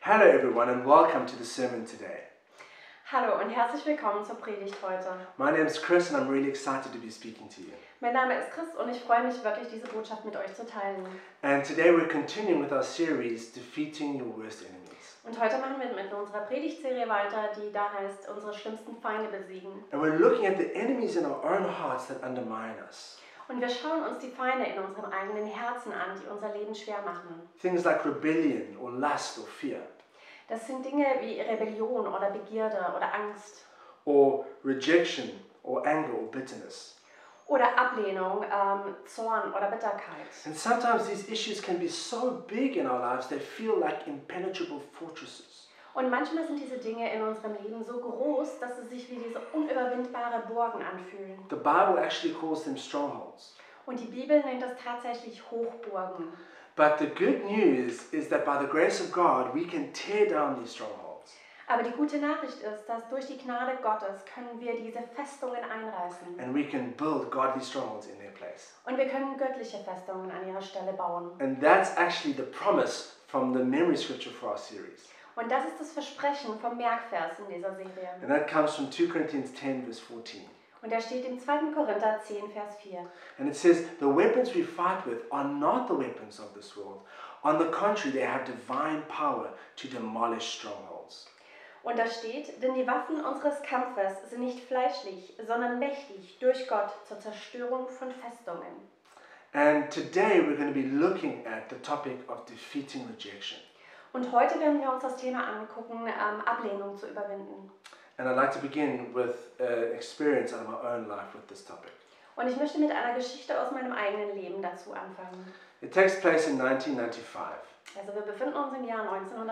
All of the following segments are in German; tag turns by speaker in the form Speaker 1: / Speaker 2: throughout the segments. Speaker 1: Hello, everyone, and welcome to the sermon today.
Speaker 2: Hallo und herzlich willkommen zur Predigt heute.
Speaker 1: My name is Chris, and I'm really excited to be speaking to you.
Speaker 2: Mein Name ist Chris und ich freue mich wirklich, diese Botschaft mit euch zu teilen.
Speaker 1: And today we're continuing with our series, Defeating Your Worst Enemies.
Speaker 2: Und heute machen wir mit unserer Predigtserie weiter, die da heißt, unsere schlimmsten Feinde besiegen.
Speaker 1: And we're looking at the enemies in our own hearts that undermine us.
Speaker 2: Und wir schauen uns die Feinde in unserem eigenen Herzen an, die unser Leben schwer machen.
Speaker 1: Things like rebellion, or lust, or fear,
Speaker 2: Das sind Dinge wie Rebellion oder Begierde oder Angst
Speaker 1: or rejection, or anger, or bitterness.
Speaker 2: oder Ablehnung, ähm, Zorn oder Bitterkeit.
Speaker 1: And sometimes these issues can be so big in our lives they feel like impenetrable fortresses.
Speaker 2: Und manchmal sind diese Dinge in unserem Leben so groß, dass sie sich wie diese unüberwindbare Burgen anfühlen.
Speaker 1: The Bible actually calls them strongholds.
Speaker 2: Und die Bibel nennt das tatsächlich Hochburgen.
Speaker 1: But the good news is that by the grace of God, we can tear down these strongholds.
Speaker 2: Aber die gute Nachricht ist, dass durch die Gnade Gottes können wir diese Festungen einreißen.
Speaker 1: and we can build godly strongholds in their place.
Speaker 2: Und wir können göttliche Festungen an ihrer Stelle bauen.
Speaker 1: And that's actually the promise from the memory scripture for our series.
Speaker 2: Und das ist das Versprechen vom Merkvers in dieser Serie.
Speaker 1: And that comes from 2 Corinthians 10, verse 14.
Speaker 2: Und da steht im 2. Korinther 10, Vers 4.
Speaker 1: And it says, The weapons we fight with are not the weapons of this world. On the contrary, they have divine power to demolish strongholds.
Speaker 2: Und da steht, denn die Waffen unseres Kampfes sind nicht fleischlich, sondern mächtig durch Gott zur Zerstörung von Festungen.
Speaker 1: And today we're going to be looking at the topic of defeating rejection.
Speaker 2: Und heute werden wir uns das Thema angucken, ähm, Ablehnung zu überwinden.
Speaker 1: And I'd like to begin with an experience out of my own life with this topic.
Speaker 2: Und ich möchte mit einer Geschichte aus meinem eigenen Leben dazu anfangen.
Speaker 1: It takes place in 1995.
Speaker 2: Also wir befinden uns im Jahr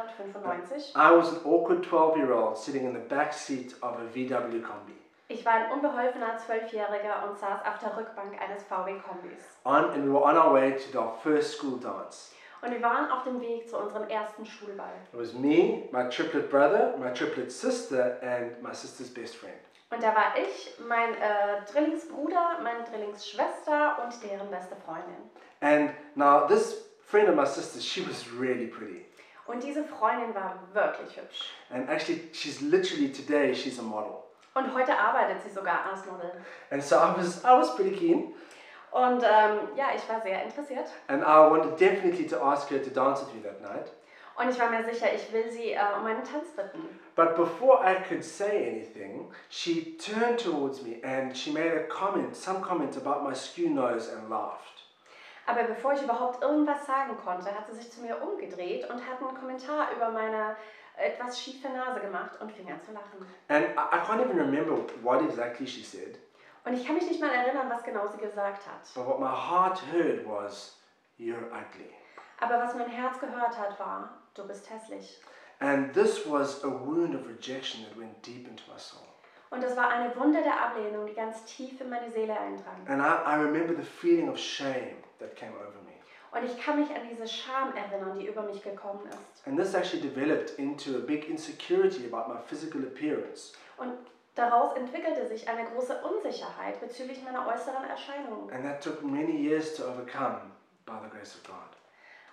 Speaker 2: 1995.
Speaker 1: I was an awkward 12 year old sitting in the back seat of a VW Combi
Speaker 2: Ich war ein unbeholfener Zwölfjähriger und saß auf der Rückbank eines VW-Kombis.
Speaker 1: on, and we were on our way to our first school dance.
Speaker 2: Und wir waren auf dem Weg zu unserem ersten Schulball.
Speaker 1: It was me, my triplet brother, my triplet sister, and my sister's best friend.
Speaker 2: Und da war ich, mein äh, Drillingsbruder, meine Drillingsschwester und deren beste Freundin.
Speaker 1: And now, this friend of my sister, she was really pretty.
Speaker 2: Und diese Freundin war wirklich hübsch.
Speaker 1: And actually, she's literally today, she's a model.
Speaker 2: Und heute arbeitet sie sogar als Model.
Speaker 1: And so I was, I was pretty keen,
Speaker 2: Und ähm, ja, ich war sehr interessiert.
Speaker 1: and I wanted definitely to ask her to dance with me that night.
Speaker 2: Und ich war mir sicher, ich will sie äh, um einen Tanz bitten.
Speaker 1: But before I could say anything, she turned towards me and she made a comment, some comment about my skew nose and laughed.
Speaker 2: Aber bevor ich überhaupt irgendwas sagen konnte, hat sie sich zu mir umgedreht und hat einen Kommentar über meine äh, etwas schiefe Nase gemacht und fing an zu lachen.
Speaker 1: And I, I can't even remember what exactly she said,
Speaker 2: Und ich kann mich nicht mal erinnern, was genau sie gesagt hat.
Speaker 1: but what my heart heard was, You're ugly.
Speaker 2: Aber was mein Herz gehört hat, war, du bist hässlich.
Speaker 1: And this was a wound of rejection that went deep into my soul.
Speaker 2: Und das war eine Wunde der Ablehnung, die ganz tief in meine Seele eindrang.
Speaker 1: And I, I remember the feeling of shame that came over me.
Speaker 2: Und ich kann mich an diese Scham erinnern, die über mich gekommen ist.
Speaker 1: And this actually developed into a big insecurity about my physical appearance.
Speaker 2: Und daraus entwickelte sich eine große Unsicherheit bezüglich meiner äußeren Erscheinung.
Speaker 1: And that took many years to overcome by the grace of God.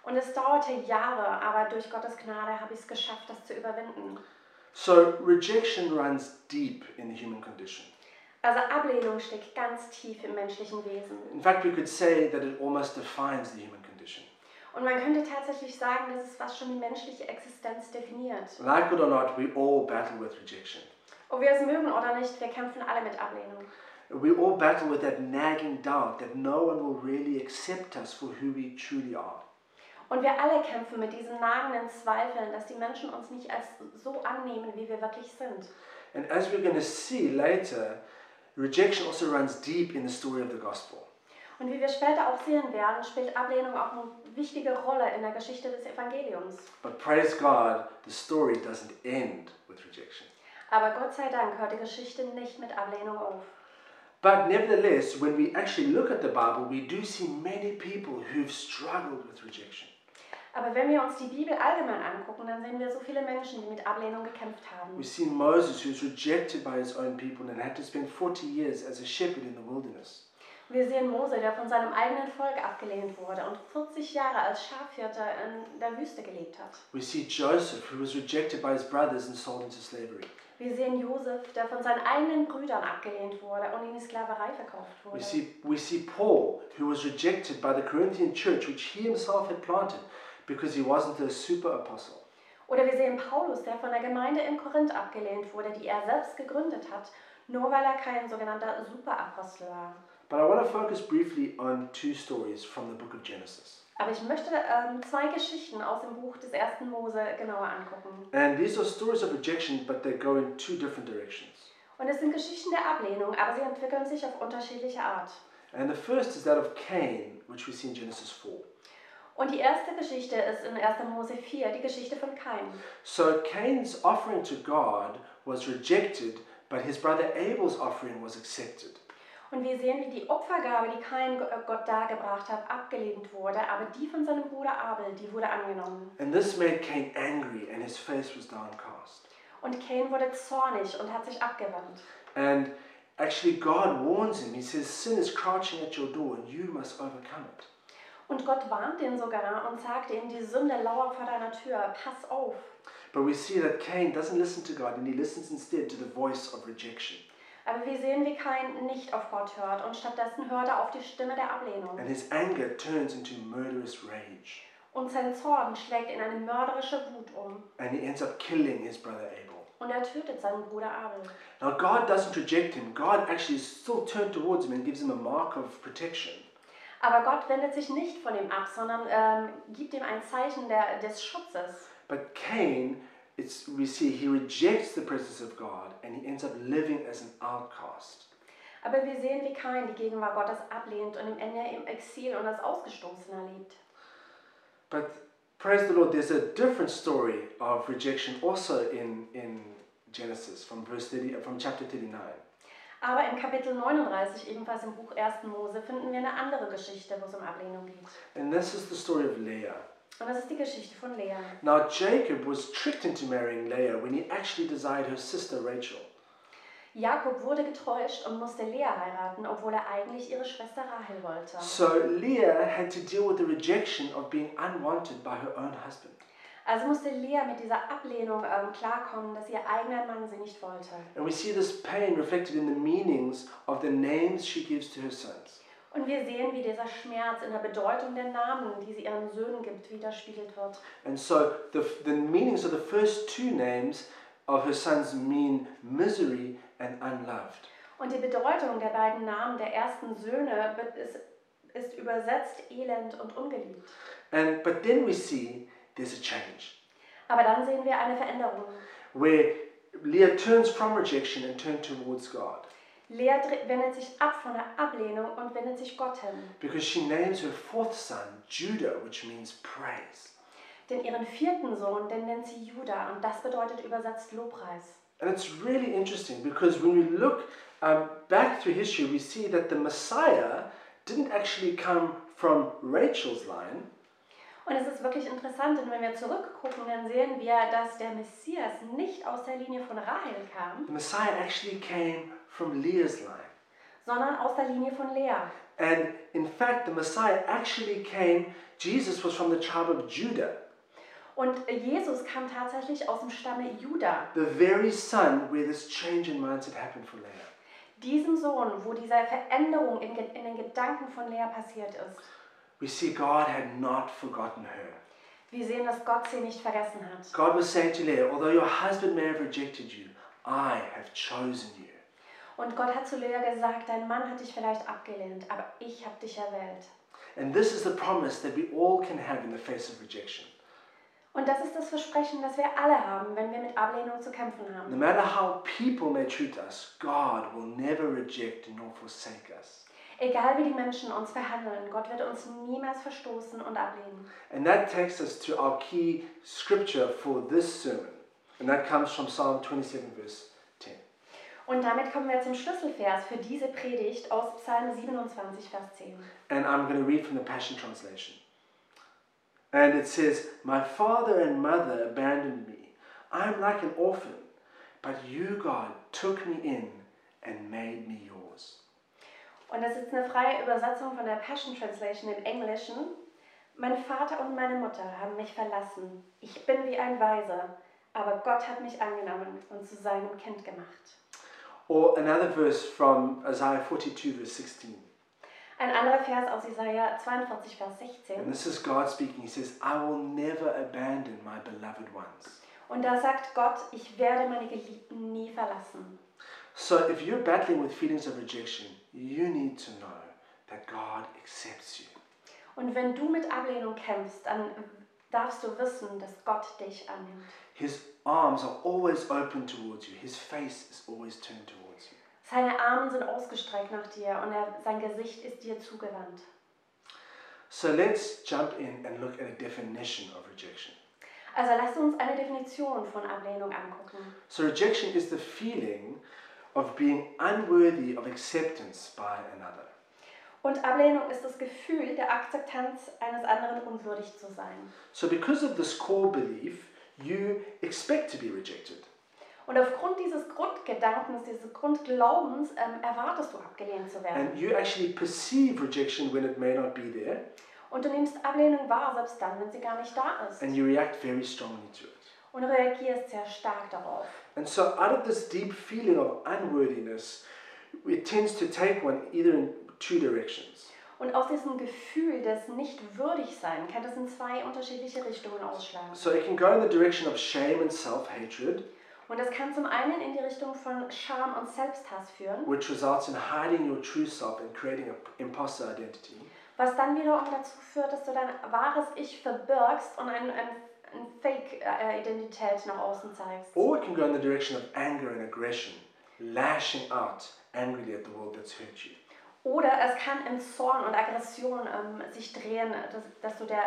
Speaker 2: Und es dauerte Jahre, aber durch Gottes Gnade habe ich es geschafft, das zu überwinden.
Speaker 1: So rejection runs deep in the human condition.
Speaker 2: Also Ablehnung steckt ganz tief im menschlichen Wesen.
Speaker 1: In fact, we could say that it almost defines the human condition.
Speaker 2: Und man könnte tatsächlich sagen, dass es was schon die menschliche Existenz definiert.
Speaker 1: Like it or not, we all battle with rejection.
Speaker 2: Ob wir es mögen oder nicht, wir kämpfen alle mit Ablehnung.
Speaker 1: We all battle with that nagging doubt that no one will really accept us for who we truly are.
Speaker 2: Und wir alle kämpfen mit diesen nagenden Zweifeln, dass die Menschen uns nicht als so annehmen, wie wir wirklich sind.
Speaker 1: And as we're going to see later, rejection also runs deep in the story of the gospel.
Speaker 2: Und wie wir später auch sehen werden, spielt Ablehnung auch eine wichtige Rolle in der Geschichte des Evangeliums.
Speaker 1: But praise God, the story doesn't end with rejection.
Speaker 2: Aber Gott sei Dank hört die Geschichte nicht mit Ablehnung auf.
Speaker 1: But nevertheless, when we actually look at the Bible, we do see many people who've struggled with rejection.
Speaker 2: Aber wenn wir uns die Bibel allgemein angucken, dann sehen wir so viele Menschen, die mit Ablehnung gekämpft haben.
Speaker 1: We see Moses, who was rejected by his own people and had to spend 40 years as a shepherd in the wilderness.
Speaker 2: Wir sehen Mose, der von seinem eigenen Volk abgelehnt wurde und 40 Jahre als Schafhirter in der Wüste gelebt hat.
Speaker 1: We see Joseph, who was rejected by his brothers and sold into slavery.
Speaker 2: Wir sehen Josef, der von seinen eigenen Brüdern abgelehnt wurde und in die Sklaverei verkauft
Speaker 1: We
Speaker 2: wurde.
Speaker 1: see, we see Paul, who was rejected by the Corinthian church, which he himself had planted because he wasn't a super apostle.
Speaker 2: Oder wir sehen Paulus, der von der Gemeinde in Korinth abgelehnt wurde, die er selbst gegründet hat, nur weil er kein sogenannter Superapostel war.
Speaker 1: But I want to focus briefly on two stories from the book of Genesis.
Speaker 2: Aber ich möchte ähm, zwei Geschichten aus dem Buch des ersten Mose genauer angucken.
Speaker 1: And these are stories of rejection, but they go in two different directions.
Speaker 2: Und es sind Geschichten der Ablehnung, aber sie entwickeln sich auf unterschiedliche Art.
Speaker 1: And the first is that of Cain, which we see in Genesis 4.
Speaker 2: Und die erste Geschichte ist in 1. Mose 4, die Geschichte von Kain.
Speaker 1: So Cain's offering to God was rejected, but his brother Abel's offering was accepted.
Speaker 2: Und wir sehen, wie die Opfergabe, die Kain G- äh, Gott dargebracht hat, abgelehnt wurde, aber die von seinem Bruder Abel, die wurde angenommen.
Speaker 1: And this made Cain angry, and his face was downcast.
Speaker 2: Und Kain wurde zornig und hat sich abgewandt.
Speaker 1: And actually, God warns him. He says, Sin is crouching at your door, and you must overcome it.
Speaker 2: Und Gott warnt ihn sogar und sagt ihm, die Sünde lauert vor deiner Tür, pass auf.
Speaker 1: But we see that Cain doesn't listen to God, and he listens instead to the voice of rejection.
Speaker 2: Aber wir sehen, wie Kain nicht auf Gott hört und stattdessen hört er auf die Stimme der Ablehnung.
Speaker 1: And his anger turns into murderous rage,
Speaker 2: Und sein Zorn schlägt in eine mörderische Wut um.
Speaker 1: and he ends up killing his brother Abel.
Speaker 2: Und er tötet seinen Bruder Abel.
Speaker 1: Now, God doesn't reject him. God actually is still turned towards him and gives him a mark of protection.
Speaker 2: Aber Gott wendet sich nicht von ihm ab, sondern ähm, gibt ihm ein Zeichen der, des Schutzes.
Speaker 1: But Cain, it's, we see he rejects the presence of God and he ends up living as an outcast.
Speaker 2: Aber wir sehen, wie Kain die Gegenwart Gottes ablehnt und im Ende im Exil und als Ausgestoßener lebt.
Speaker 1: But praise the Lord, there's a different story of rejection also in, in Genesis from, verse 30, from chapter 39.
Speaker 2: Aber in Kapitel 39, ebenfalls im Buch 1. Mose, finden wir eine andere Geschichte, wo es um Ablehnung geht.
Speaker 1: And this is the story of Leah.
Speaker 2: Und das ist die Geschichte von Lea.
Speaker 1: Now, Jacob was tricked into marrying Leah when he actually desired her sister Rachel.
Speaker 2: Jakob wurde getäuscht und musste Lea heiraten, obwohl er eigentlich ihre Schwester Rahel wollte.
Speaker 1: So Leah had to deal with the rejection of being unwanted by her own husband.
Speaker 2: Also musste Lea mit dieser Ablehnung ähm, klarkommen, dass ihr eigener Mann sie nicht wollte.
Speaker 1: And we see this pain reflected in the meanings of the names she gives to her sons.
Speaker 2: Und wir sehen, wie dieser Schmerz in der Bedeutung der Namen, die sie ihren Söhnen gibt, widerspiegelt wird.
Speaker 1: And so the, the meanings of the first two names of her sons mean misery and unloved.
Speaker 2: Und die Bedeutung der beiden Namen der ersten Söhne wird- ist, ist übersetzt elend und ungeliebt.
Speaker 1: And, but then we see there's a change
Speaker 2: Aber dann sehen wir eine Veränderung.
Speaker 1: where Leah turns from rejection and turns towards God
Speaker 2: Lea dr- wendet sich ab von der Ablehnung und wendet sich Gott hin.
Speaker 1: because she names her fourth son Judah, which means praise.
Speaker 2: Denn ihren vierten Sohn, den nennt sie Judah und das bedeutet übersetzt Lobpreis.
Speaker 1: And it's really interesting because when we look um, back through history, we see that the Messiah didn't actually come from Rachel's line,
Speaker 2: Und es ist wirklich interessant, denn wenn wir zurückgucken, dann sehen wir, dass der Messias nicht aus der Linie von Rahel kam,
Speaker 1: the Messiah actually came from Leah's line.
Speaker 2: sondern aus der Linie von Lea.
Speaker 1: And in fact, the Messiah actually came, Jesus was from the tribe of Judah,
Speaker 2: Und Jesus kam tatsächlich aus dem Stamme Juda,
Speaker 1: the very son where this change in mindset happened for Leah.
Speaker 2: diesem Sohn, wo diese Veränderung in, Ge- in den Gedanken von Lea passiert ist.
Speaker 1: We see God had not forgotten her.
Speaker 2: Wir sehen, dass Gott sie nicht vergessen hat.
Speaker 1: God was saying to Leah, although your husband may have rejected you, I have chosen you.
Speaker 2: Und Gott hat zu Lea gesagt, dein Mann hat dich vielleicht abgelehnt, aber ich habe dich erwählt.
Speaker 1: And this is the promise that we all can have in the face of rejection.
Speaker 2: Und das ist das Versprechen, das wir alle haben, wenn wir mit Ablehnung zu kämpfen
Speaker 1: No
Speaker 2: haben.
Speaker 1: matter how people may treat us, God will never reject nor forsake us.
Speaker 2: Egal wie die Menschen uns verhandeln, Gott wird uns niemals verstoßen und ablehnen.
Speaker 1: And that takes us to our key scripture for this sermon. And that comes from Psalm 27, verse 10.
Speaker 2: Und damit kommen wir zum Schlüsselvers für diese Predigt aus Psalm 27, Vers 10.
Speaker 1: And I'm going to read from the Passion Translation. And it says, My father and mother abandoned me. I'm like an orphan. But you, God, took me in and made me yours.
Speaker 2: Und das ist jetzt eine freie Übersetzung von der Passion Translation im Englischen. Mein Vater und meine Mutter haben mich verlassen. Ich bin wie ein Weiser, aber Gott hat mich angenommen und zu seinem Kind gemacht.
Speaker 1: Or another verse from Isaiah 42, verse 16.
Speaker 2: Ein anderer Vers aus Jesaja 42, Vers
Speaker 1: And
Speaker 2: 16.
Speaker 1: this is God speaking. He says, I will never abandon my beloved ones.
Speaker 2: Und da sagt Gott, ich werde meine Geliebten nie verlassen.
Speaker 1: So if you're battling with feelings of rejection, you need to know that God accepts you.
Speaker 2: Und wenn du mit Ablehnung kämpfst, dann darfst du wissen, dass Gott dich annimmt.
Speaker 1: His arms are always open towards you. His face is always turned towards you.
Speaker 2: Seine Arme sind ausgestreckt nach dir und er, sein Gesicht ist dir zugewandt.
Speaker 1: So let's jump in and look at a definition of rejection.
Speaker 2: Also lasst uns eine Definition von Ablehnung angucken.
Speaker 1: So rejection is the feeling of being unworthy of acceptance by another.
Speaker 2: Und Ablehnung ist das Gefühl der Akzeptanz eines anderen unwürdig zu sein.
Speaker 1: So because of this core belief, you expect to be rejected.
Speaker 2: Und aufgrund dieses Grundgedankens, dieses Grundglaubens ähm, erwartest du abgelehnt zu werden.
Speaker 1: And you actually perceive rejection when it may not be there,
Speaker 2: Und du nimmst Ablehnung wahr, selbst dann, wenn sie gar nicht da ist.
Speaker 1: and you react very strongly to it.
Speaker 2: Und reagierst sehr stark darauf.
Speaker 1: And so, out of this deep feeling of unworthiness, it tends to take one either in two directions.
Speaker 2: Und aus diesem Gefühl des Nicht-Würdigsein kann das in zwei unterschiedliche Richtungen ausschlagen.
Speaker 1: So, it can go in the direction of shame and self hatred,
Speaker 2: Und das kann zum einen in die Richtung von Scham und Selbsthass führen,
Speaker 1: which results in hiding your true self and creating an imposter identity.
Speaker 2: was dann wiederum dazu führt, dass du dein wahres Ich verbirgst und eine ein, ein Fake-Identität nach außen zeigst.
Speaker 1: Or it can go in the direction of anger and aggression, lashing out angrily at the world that's hurt you.
Speaker 2: Oder es kann in Zorn und Aggression ähm, sich drehen, dass, dass du der,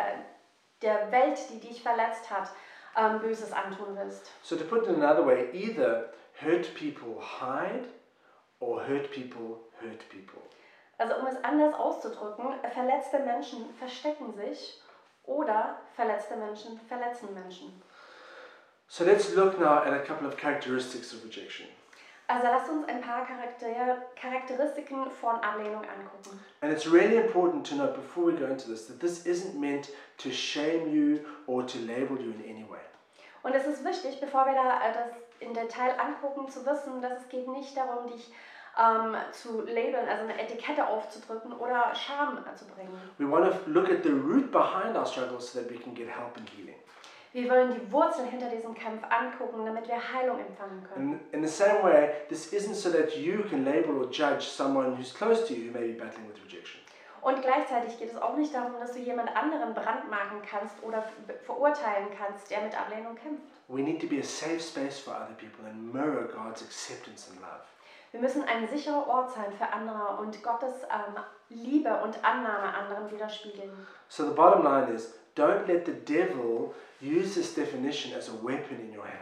Speaker 2: der Welt, die dich verletzt hat, ähm, Böses antun willst.
Speaker 1: So, to put it another way, either hurt people hide or hurt people hurt people.
Speaker 2: Also um es anders auszudrücken, verletzte Menschen verstecken sich oder verletzte Menschen verletzen Menschen.
Speaker 1: So, let's look now at a couple of characteristics of rejection.
Speaker 2: Also lasst uns ein paar Charakter Charakteristiken von Ablehnung angucken.
Speaker 1: And it's really important to note before we go into this that this isn't meant to shame you or to label you in any way.
Speaker 2: Und es ist wichtig, bevor wir da äh, das im Detail angucken, zu wissen, dass es geht nicht darum, dich ähm, zu labeln, also eine Etikette aufzudrücken oder Scham zu bringen.
Speaker 1: We want to look at the root behind our struggles so that we can get help and healing.
Speaker 2: Wir wollen die Wurzeln hinter diesem Kampf angucken, damit wir Heilung empfangen können.
Speaker 1: And in the same way, this isn't so that you can label or judge someone who's close to you who may be battling with rejection.
Speaker 2: Und gleichzeitig geht es auch nicht darum, dass du jemand anderen brandmarken kannst oder ver- verurteilen kannst, der mit Ablehnung kämpft.
Speaker 1: We need to be a safe space for other people and mirror God's acceptance and love.
Speaker 2: Wir müssen ein sicherer Ort sein für andere und Gottes ähm, Liebe und Annahme anderen widerspiegeln.
Speaker 1: So the bottom line is don't let the devil use this definition as a weapon in your hand.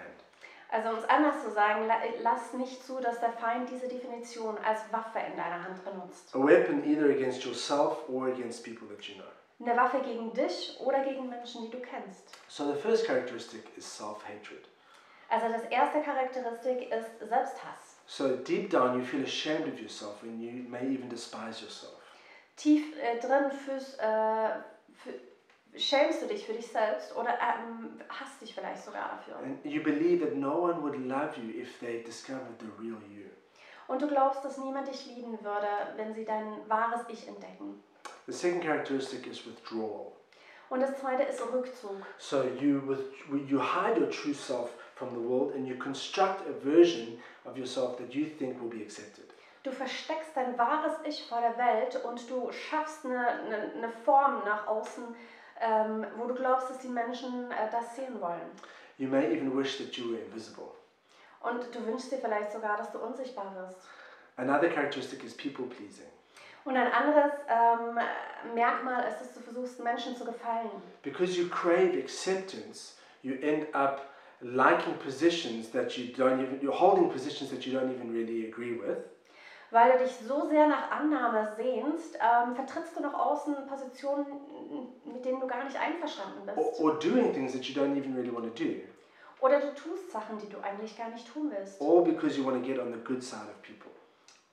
Speaker 2: Also um es anders zu sagen, la- lass nicht zu, dass der Feind diese Definition als Waffe in deiner Hand benutzt.
Speaker 1: A weapon either against yourself or against people that you know.
Speaker 2: Eine Waffe gegen dich oder gegen Menschen, die du kennst.
Speaker 1: So the first characteristic is self-hatred.
Speaker 2: Also das erste Charakteristik ist Selbsthass.
Speaker 1: So deep down you feel ashamed of yourself and you may even despise yourself.
Speaker 2: Tief äh, drin fühlst, äh, fü- schämst du dich für dich selbst oder ähm, hasst dich vielleicht sogar dafür.
Speaker 1: And you believe that no one would love you if they discovered the real you.
Speaker 2: Und du glaubst, dass niemand dich lieben würde, wenn sie dein wahres Ich entdecken.
Speaker 1: The second characteristic is withdrawal.
Speaker 2: Und das zweite ist Rückzug.
Speaker 1: So you with, you hide your true self from the world and you construct a version of yourself that you think will be accepted.
Speaker 2: Du versteckst dein wahres Ich vor der Welt und du schaffst eine, eine, eine Form nach außen, ähm, wo du glaubst, dass die Menschen äh, das sehen wollen.
Speaker 1: You may even wish that you were invisible.
Speaker 2: Und du wünschst dir vielleicht sogar, dass du unsichtbar wirst.
Speaker 1: Another characteristic is people pleasing.
Speaker 2: Und ein anderes ähm, Merkmal ist, dass du versuchst, Menschen zu gefallen.
Speaker 1: Because you crave acceptance, you end up liking positions that you don't even, you're holding positions that you don't even really agree with.
Speaker 2: Weil du dich so sehr nach Annahme sehnst, ähm, vertrittst du nach außen Positionen, mit denen du gar nicht einverstanden
Speaker 1: Or,
Speaker 2: bist.
Speaker 1: or doing things that you don't even really want to do.
Speaker 2: Oder du tust Sachen, die du eigentlich gar nicht tun willst.
Speaker 1: All because you want to get on the good side of people.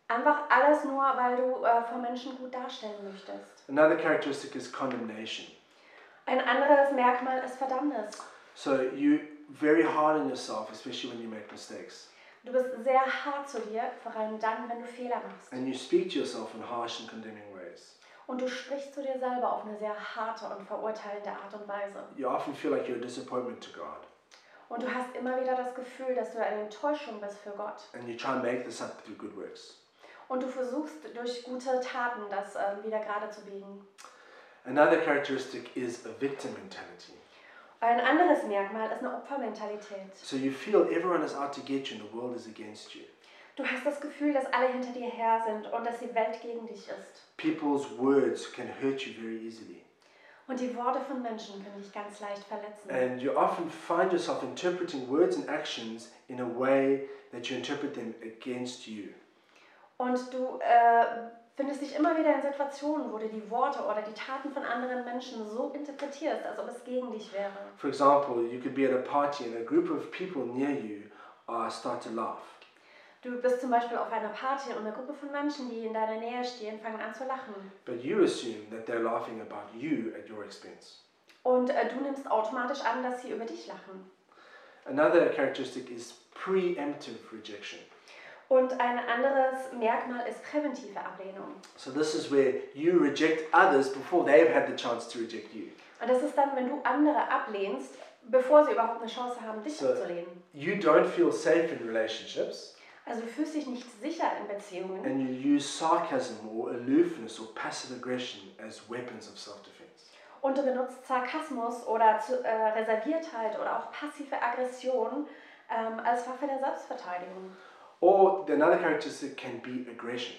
Speaker 2: Einfach alles nur, weil du äh, vor Menschen gut darstellen möchtest.
Speaker 1: Another characteristic is condemnation.
Speaker 2: Ein anderes Merkmal ist Verdammnis.
Speaker 1: So you very hard on yourself, especially when you make mistakes.
Speaker 2: Du bist sehr hart zu dir, vor allem dann, wenn du Fehler machst.
Speaker 1: And you speak to yourself in harsh and condemning ways.
Speaker 2: Und du sprichst zu dir selber auf eine sehr harte und verurteilende Art und Weise.
Speaker 1: You often feel like you're a disappointment to God.
Speaker 2: Und du hast immer wieder das Gefühl, dass du eine Enttäuschung bist für Gott.
Speaker 1: And you try and make this up through good works.
Speaker 2: Und du versuchst durch gute Taten das ähm, wieder gerade zu biegen.
Speaker 1: Another characteristic is a victim mentality.
Speaker 2: Ein anderes Merkmal ist eine Opfermentalität.
Speaker 1: So you feel everyone is out to get you and the world is against you.
Speaker 2: Du hast das Gefühl, dass alle hinter dir her sind und dass die Welt gegen dich ist.
Speaker 1: People's words can hurt you very easily.
Speaker 2: Und die Worte von Menschen können dich ganz leicht verletzen.
Speaker 1: And you often find yourself interpreting words and actions in a way that you interpret them against you.
Speaker 2: Und du äh, findest dich immer wieder in Situationen, wo du die Worte oder die Taten von anderen Menschen so interpretierst, als ob es gegen dich wäre.
Speaker 1: For example, you could be at a party and a group of people near you uh, start to laugh.
Speaker 2: Du bist zum Beispiel auf einer Party und eine Gruppe von Menschen, die in deiner Nähe stehen, fangen an zu lachen.
Speaker 1: But you assume that they're laughing about you at your expense.
Speaker 2: Und äh, du nimmst automatisch an, dass sie über dich lachen.
Speaker 1: Another characteristic is preemptive rejection.
Speaker 2: Und ein anderes Merkmal ist präventive Ablehnung.
Speaker 1: So this is where you reject others before they've had the chance to reject you.
Speaker 2: Und das ist dann, wenn du andere ablehnst, bevor sie überhaupt eine Chance haben, dich
Speaker 1: So.
Speaker 2: abzulehnen.
Speaker 1: You don't feel safe in relationships
Speaker 2: Also du fühlst dich nicht sicher in Beziehungen.
Speaker 1: and you use sarcasm or aloofness or passive aggression as weapons of self-defense.
Speaker 2: Und du benutzt Sarkasmus oder zu, äh, Reserviertheit oder auch passive Aggression ähm, als Waffe der Selbstverteidigung.
Speaker 1: Or the- another characteristic can be aggression.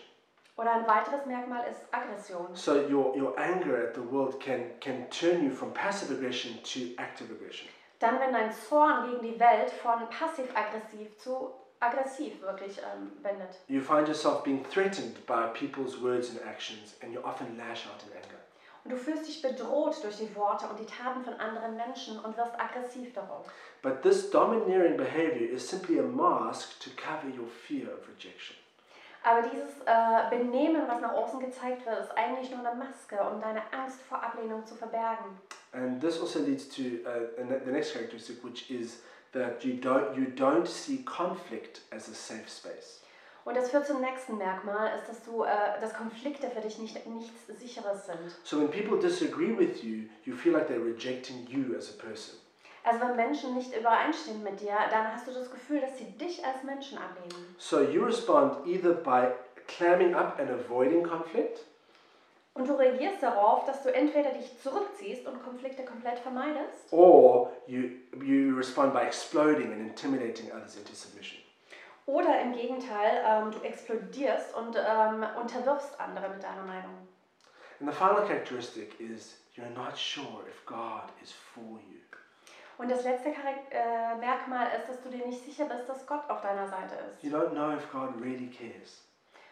Speaker 2: Oder ein weiteres Merkmal ist Aggression.
Speaker 1: So your, your anger at the world can, can turn you from passive aggression to active aggression.
Speaker 2: Dann, wenn dein Zorn gegen die Welt von passiv-aggressiv zu aggressiv wirklich ähm, wendet.
Speaker 1: You find yourself being threatened by people's words and actions and you often lash out in anger.
Speaker 2: Und du fühlst dich bedroht durch die Worte und die Taten von anderen Menschen und wirst aggressiv darauf.
Speaker 1: But this domineering behavior is simply a mask to cover your fear of rejection.
Speaker 2: Aber dieses äh, Benehmen, was nach außen gezeigt wird, ist eigentlich nur eine Maske, um deine Angst vor Ablehnung zu verbergen.
Speaker 1: And this also leads to uh, an- the next characteristic, which is that you don't, you don't see conflict as a safe space.
Speaker 2: Und das führt zum nächsten Merkmal, ist, dass du, äh, dass Konflikte für dich nicht nichts Sicheres sind.
Speaker 1: So when people disagree with you, you feel like they're rejecting you as a person.
Speaker 2: Also wenn Menschen nicht übereinstimmen mit dir, dann hast du das Gefühl, dass sie dich als Menschen ablehnen.
Speaker 1: So you respond either by clamming up and avoiding conflict,
Speaker 2: Und du reagierst darauf, dass du entweder dich zurückziehst und Konflikte komplett vermeidest,
Speaker 1: or you, you respond by exploding and intimidating others into submission.
Speaker 2: oder im Gegenteil, ähm, du explodierst und ähm, unterwirfst andere mit deiner Meinung.
Speaker 1: And the final characteristic is you're not sure if God is for you.
Speaker 2: Und das letzte Charak- äh, Merkmal ist, dass du dir nicht sicher bist, dass Gott auf deiner Seite ist.
Speaker 1: You don't know if God really cares.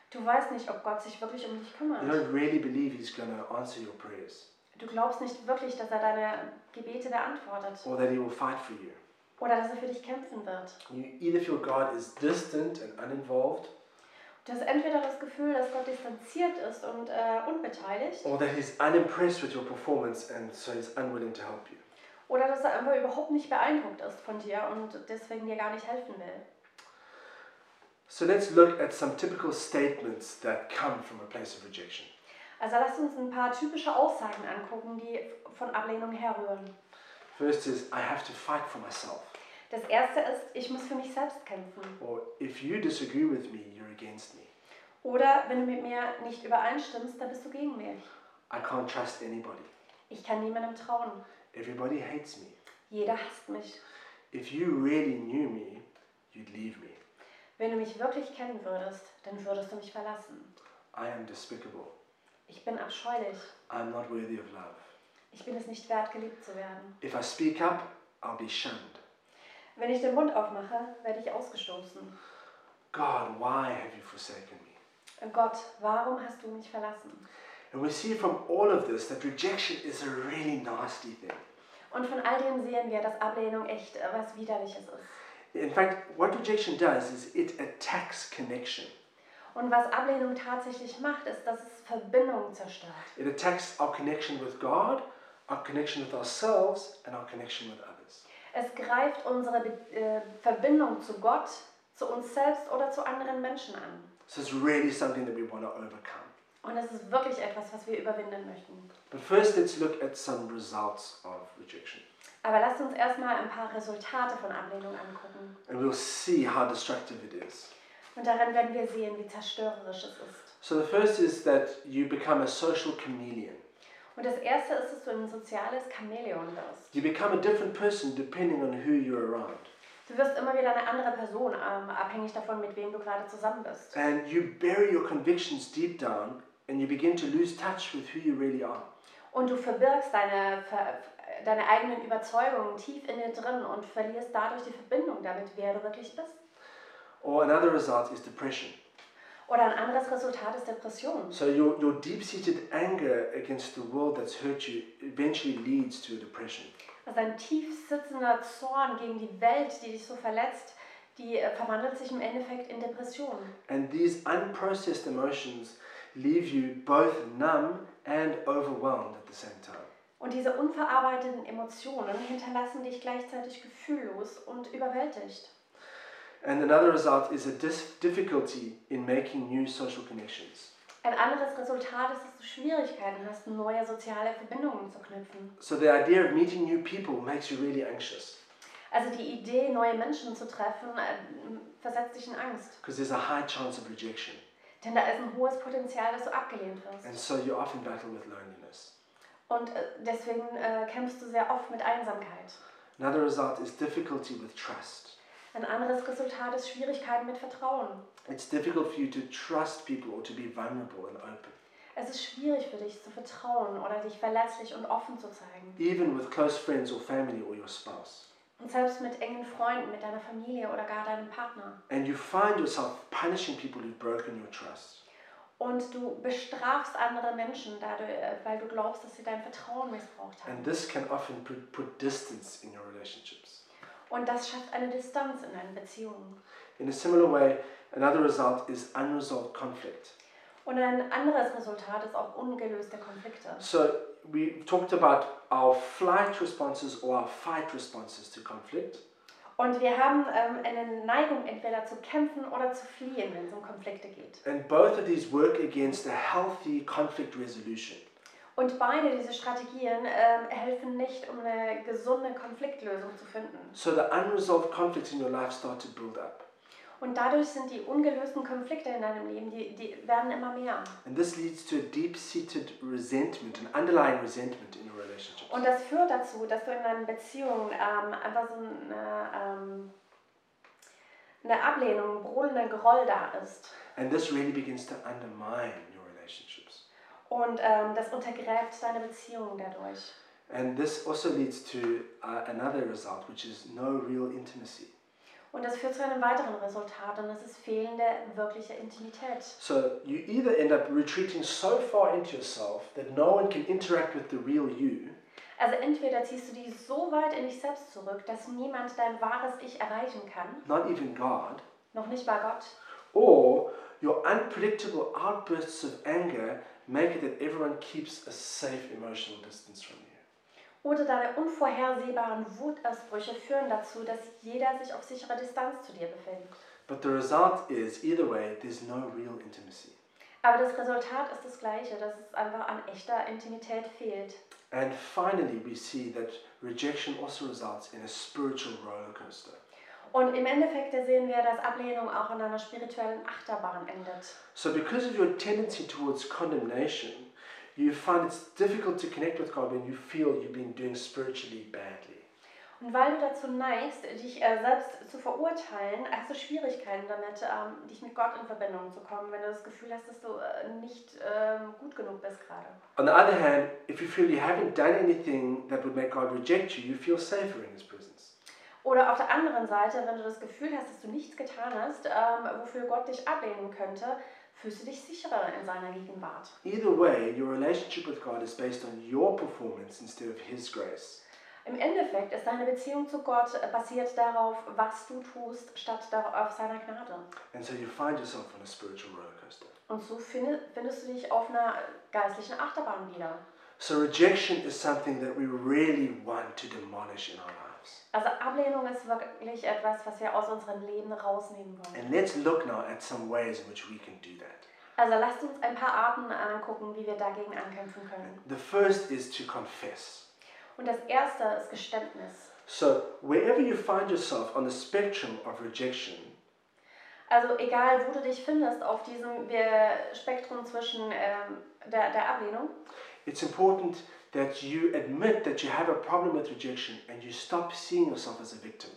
Speaker 2: Du weißt nicht, ob Gott sich wirklich um dich kümmert.
Speaker 1: You don't really believe He's going to answer your prayers
Speaker 2: Du glaubst nicht wirklich, dass er deine Gebete beantwortet
Speaker 1: or that He will fight for you.
Speaker 2: oder dass er für dich kämpfen wird.
Speaker 1: You either feel God is distant and uninvolved
Speaker 2: Du hast entweder das Gefühl, dass Gott distanziert ist und äh, unbeteiligt
Speaker 1: or that He's unimpressed with your performance and so He's unwilling to help you.
Speaker 2: oder dass er einfach überhaupt nicht beeindruckt ist von dir und deswegen dir gar nicht helfen will.
Speaker 1: So let's look at some typical statements that come from a place of rejection.
Speaker 2: Also lass uns ein paar typische Aussagen angucken, die von Ablehnung herrühren.
Speaker 1: First is, I have to fight for myself.
Speaker 2: Das erste ist, ich muss für mich selbst kämpfen.
Speaker 1: Or, if you disagree with me, you're against me.
Speaker 2: Oder wenn du mit mir nicht übereinstimmst, dann bist du gegen mich.
Speaker 1: I can't trust anybody.
Speaker 2: Ich kann niemandem trauen.
Speaker 1: Everybody hates me.
Speaker 2: Jeder hasst mich.
Speaker 1: If you really knew me, you'd leave me.
Speaker 2: Wenn du mich wirklich kennen würdest, dann würdest du mich verlassen.
Speaker 1: I am despicable.
Speaker 2: Ich bin abscheulich.
Speaker 1: I'm not worthy of love.
Speaker 2: Ich bin es nicht wert, geliebt zu werden.
Speaker 1: If I speak up, I'll be shunned.
Speaker 2: Wenn ich den Mund aufmache, werde ich ausgestoßen.
Speaker 1: God, why have you forsaken me?
Speaker 2: Gott, warum hast du mich verlassen?
Speaker 1: And we see from all of this that rejection is a really nasty thing.
Speaker 2: Und von all dem sehen wir, dass Ablehnung echt äh, was Widerliches ist.
Speaker 1: In fact, what rejection does is it attacks connection.
Speaker 2: Und was Ablehnung tatsächlich macht, ist, dass es Verbindungen zerstört.
Speaker 1: It attacks our connection with God, our connection with ourselves, and our connection with others.
Speaker 2: Es greift unsere Be äh, Verbindung zu Gott, zu uns selbst oder zu anderen Menschen an.
Speaker 1: So it's really something that we want to overcome.
Speaker 2: Und es ist wirklich etwas, was wir überwinden möchten.
Speaker 1: But first, let's look at some results of rejection.
Speaker 2: Aber lasst uns erstmal ein paar Resultate von Ablehnung angucken.
Speaker 1: And we'll see how destructive it is.
Speaker 2: Und daran werden wir sehen, wie zerstörerisch es ist.
Speaker 1: So the first is that you become a social chameleon.
Speaker 2: Und das Erste ist, dass du ein soziales Chamäleon wirst.
Speaker 1: You become a different person depending on who you're around.
Speaker 2: Du wirst immer wieder eine andere Person, ähm, abhängig davon, mit wem du gerade zusammen bist.
Speaker 1: And you bury your convictions deep down and you begin to lose touch with who you really are.
Speaker 2: Und du verbirgst deine, ver, deine eigenen Überzeugungen tief in dir drin und verlierst dadurch die Verbindung damit, wer du wirklich bist.
Speaker 1: Or another result is depression.
Speaker 2: Oder ein anderes Resultat ist Depression.
Speaker 1: So your, your deep seated anger against the world that's hurt you eventually leads to a depression.
Speaker 2: Also ein tief sitzender Zorn gegen die Welt, die dich so verletzt, die äh, verwandelt sich im Endeffekt in Depression.
Speaker 1: And these unprocessed emotions leave you both numb and overwhelmed at the same time.
Speaker 2: Und diese unverarbeiteten Emotionen hinterlassen dich gleichzeitig gefühllos und überwältigt.
Speaker 1: And another result is a dis- difficulty in making new social connections.
Speaker 2: Ein anderes Resultat ist, dass du Schwierigkeiten hast, neue soziale Verbindungen zu knüpfen.
Speaker 1: So the idea of meeting new people makes you really anxious
Speaker 2: Also die Idee, neue Menschen zu treffen, äh, versetzt dich in Angst.
Speaker 1: because there's a high chance of rejection.
Speaker 2: Denn da ist ein hohes Potenzial, dass du abgelehnt wirst.
Speaker 1: And so you often battle with loneliness.
Speaker 2: Und äh, deswegen äh, kämpfst du sehr oft mit Einsamkeit.
Speaker 1: Another result is difficulty with trust.
Speaker 2: Ein anderes Resultat ist Schwierigkeiten mit Vertrauen.
Speaker 1: It's difficult for you to trust people or to be vulnerable and open,
Speaker 2: Es ist schwierig für dich zu vertrauen oder dich verletzlich und offen zu zeigen.
Speaker 1: even with close friends or family or your spouse.
Speaker 2: Und selbst mit engen Freunden, mit deiner Familie oder gar deinem Partner.
Speaker 1: And you find yourself punishing people who've broken your trust.
Speaker 2: Und du bestrafst andere Menschen, dadurch, äh, weil du glaubst, dass sie dein Vertrauen missbraucht haben.
Speaker 1: And this can often pr- put distance in your relationships.
Speaker 2: Und das schafft eine Distanz in deinen Beziehungen.
Speaker 1: In a similar way, another result is unresolved conflict.
Speaker 2: Und ein anderes Resultat ist auch ungelöste Konflikte.
Speaker 1: So we talked about our flight responses or our fight responses to conflict.
Speaker 2: Und wir haben ähm, eine Neigung, entweder zu kämpfen oder zu fliehen, wenn es um Konflikte geht.
Speaker 1: And both of these work against a healthy conflict resolution.
Speaker 2: Und beide diese Strategien ähm, helfen nicht, um eine gesunde Konfliktlösung zu finden.
Speaker 1: So the unresolved conflicts in your life start to build up.
Speaker 2: Und dadurch sind die ungelösten Konflikte in deinem Leben, die, die werden immer mehr.
Speaker 1: And this leads to a deep seated resentment, an underlying resentment in your relationships.
Speaker 2: Und das führt dazu, dass du in deinen Beziehungen ähm, einfach so eine, ähm, eine Ablehnung, ein brodelnder Groll da ist.
Speaker 1: And this really begins to undermine your relationships.
Speaker 2: Und ähm, das untergräbt deine Beziehung dadurch.
Speaker 1: And this also leads to uh, another result, which is no real intimacy.
Speaker 2: Und das führt zu einem weiteren Resultat und das ist fehlende wirkliche Intimität.
Speaker 1: So you either end up retreating so far into yourself that no one can interact with the real you,
Speaker 2: Also entweder ziehst du dich so weit in dich selbst zurück, dass niemand dein wahres Ich erreichen kann,
Speaker 1: not even God,
Speaker 2: noch nicht mal Gott,
Speaker 1: or your unpredictable outbursts of anger make it that everyone keeps a safe emotional distance from you.
Speaker 2: oder deine unvorhersehbaren Wutausbrüche führen dazu, dass jeder sich auf sichere Distanz zu dir befindet.
Speaker 1: But the result is either way, there's no real intimacy.
Speaker 2: Aber das Resultat ist das gleiche, dass es einfach an echter Intimität fehlt.
Speaker 1: And finally, we see that rejection also results in a spiritual roller coaster.
Speaker 2: Und im Endeffekt sehen wir, dass Ablehnung auch in einer spirituellen Achterbahn endet.
Speaker 1: So, because of your tendency towards condemnation, you find it's difficult to connect with God when you feel you've been doing spiritually badly.
Speaker 2: Und weil du dazu neigst, dich äh, selbst zu verurteilen, hast du Schwierigkeiten damit, ähm, dich mit Gott in Verbindung zu kommen, wenn du das Gefühl hast, dass du äh, nicht ähm, gut genug bist gerade.
Speaker 1: On the other hand, if you feel you haven't done anything that would make God reject you, you feel safer in His presence.
Speaker 2: Oder auf der anderen Seite, wenn du das Gefühl hast, dass du nichts getan hast, ähm, wofür Gott dich ablehnen könnte, fühlst du dich sicherer in seiner Gegenwart.
Speaker 1: Either way, your relationship with God is based on your performance instead of His grace.
Speaker 2: Im Endeffekt ist deine Beziehung zu Gott äh, basiert darauf, was du tust, statt dar- auf seiner Gnade.
Speaker 1: And so you find yourself on a spiritual roller coaster.
Speaker 2: Und so finde- findest du dich auf einer geistlichen Achterbahn wieder.
Speaker 1: So rejection is something that we really want to demolish in our lives.
Speaker 2: Also Ablehnung ist wirklich etwas, was wir aus unserem Leben rausnehmen wollen.
Speaker 1: And let's look now at some ways in which we can do that.
Speaker 2: Also lasst uns ein paar Arten angucken, wie wir dagegen ankämpfen können.
Speaker 1: The first is to confess.
Speaker 2: Und das erste ist Geständnis.
Speaker 1: So wherever you find yourself on the spectrum of rejection,
Speaker 2: Also egal, wo du dich findest auf diesem äh, Spektrum zwischen ähm, der, der Ablehnung,
Speaker 1: it's important that you admit that you have a problem with rejection and you stop seeing yourself as a victim.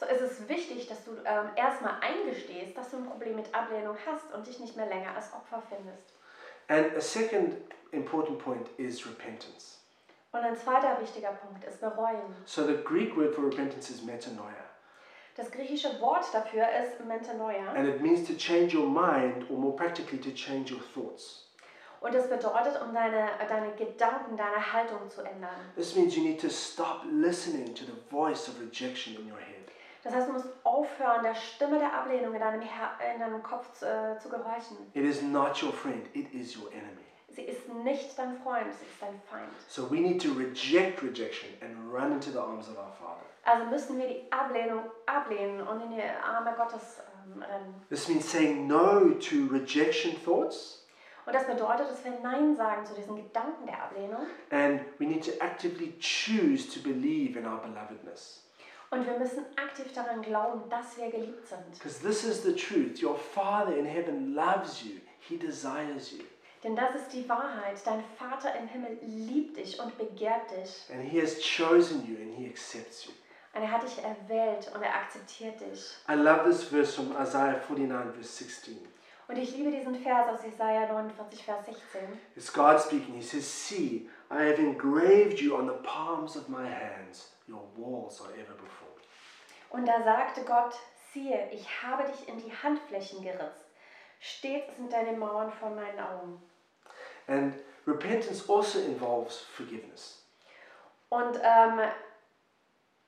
Speaker 2: so ist es wichtig, dass du ähm, erstmal eingestehst, dass du ein Problem mit Ablehnung hast und dich nicht mehr länger als Opfer findest.
Speaker 1: And a second important point is repentance.
Speaker 2: Und ein zweiter wichtiger Punkt ist bereuen.
Speaker 1: So the Greek word for repentance is metanoia,
Speaker 2: Das griechische Wort dafür ist Mentanoia.
Speaker 1: and it means to change your mind, or more practically, to change your thoughts.
Speaker 2: Und das bedeutet, um deine, deine Gedanken, deine Haltung zu ändern.
Speaker 1: This means you need to stop listening to the voice of rejection in your head
Speaker 2: Das heißt, du musst aufhören, der Stimme der Ablehnung in deinem, Her in deinem Kopf zu, äh, zu gehorchen.
Speaker 1: It is not your friend, it is your enemy.
Speaker 2: Sie ist nicht dein Freund, sie ist dein Feind.
Speaker 1: So we need to reject rejection and run into the arms of our Father.
Speaker 2: Also müssen wir die Ablehnung ablehnen und in die Arme Gottes ähm, rennen.
Speaker 1: This means saying no to rejection thoughts,
Speaker 2: Und das bedeutet, dass wir Nein sagen zu diesen Gedanken der Ablehnung.
Speaker 1: and we need to actively choose to believe in our belovedness.
Speaker 2: Und wir müssen aktiv daran glauben, dass wir geliebt sind.
Speaker 1: Because this is the truth your Father in heaven loves you, He desires you,
Speaker 2: Denn das ist die Wahrheit. Dein Vater im Himmel liebt dich und begehrt dich.
Speaker 1: and He has chosen you and He accepts you.
Speaker 2: Und er hat dich erwählt und er akzeptiert dich.
Speaker 1: I love this verse from Isaiah 49, verse 16.
Speaker 2: Und ich liebe diesen Vers aus Jesaja 49, Vers 16.
Speaker 1: It's God speaking. He says, See, I have engraved you on the palms of my hands. Your walls are ever before me.
Speaker 2: Und da sagte Gott, siehe, ich habe dich in die Handflächen geritzt. Stets sind deine Mauern vor meinen Augen.
Speaker 1: And repentance also involves forgiveness.
Speaker 2: Und ähm,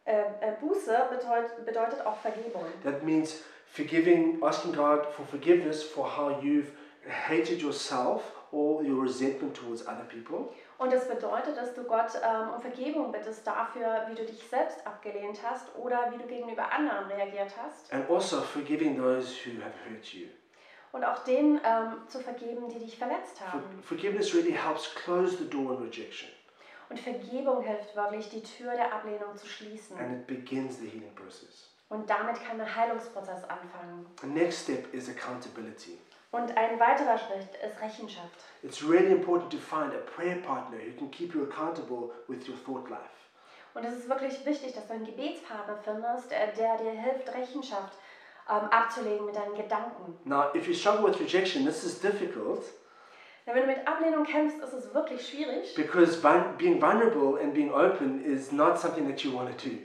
Speaker 2: äh, äh, Buße bedeutet, bedeutet auch Vergebung.
Speaker 1: That means forgiving, asking God for forgiveness for how you've hated yourself or your resentment towards other people.
Speaker 2: Und das bedeutet, dass du Gott ähm, um Vergebung bittest dafür, wie du dich selbst abgelehnt hast oder wie du gegenüber anderen reagiert hast.
Speaker 1: And also forgiving those who have hurt you.
Speaker 2: Und auch denen ähm, zu vergeben, die dich verletzt
Speaker 1: For-
Speaker 2: haben.
Speaker 1: forgiveness really helps close the door on rejection
Speaker 2: Und Vergebung hilft wirklich, die Tür der Ablehnung zu schließen.
Speaker 1: and it begins the healing process.
Speaker 2: Und damit kann der Heilungsprozess anfangen.
Speaker 1: The next step is accountability.
Speaker 2: Und ein weiterer Schritt ist Rechenschaft.
Speaker 1: It's really important to find a prayer partner who can keep you accountable with your thought life.
Speaker 2: Und es ist wirklich wichtig, dass du einen Gebetspartner findest, äh, der dir hilft, Rechenschaft ähm, abzulegen mit deinen Gedanken.
Speaker 1: Now, if you struggle with rejection, this is difficult
Speaker 2: Denn wenn du mit Ablehnung kämpfst, ist es wirklich schwierig.
Speaker 1: because vul- being vulnerable and being open is not something that you want to do.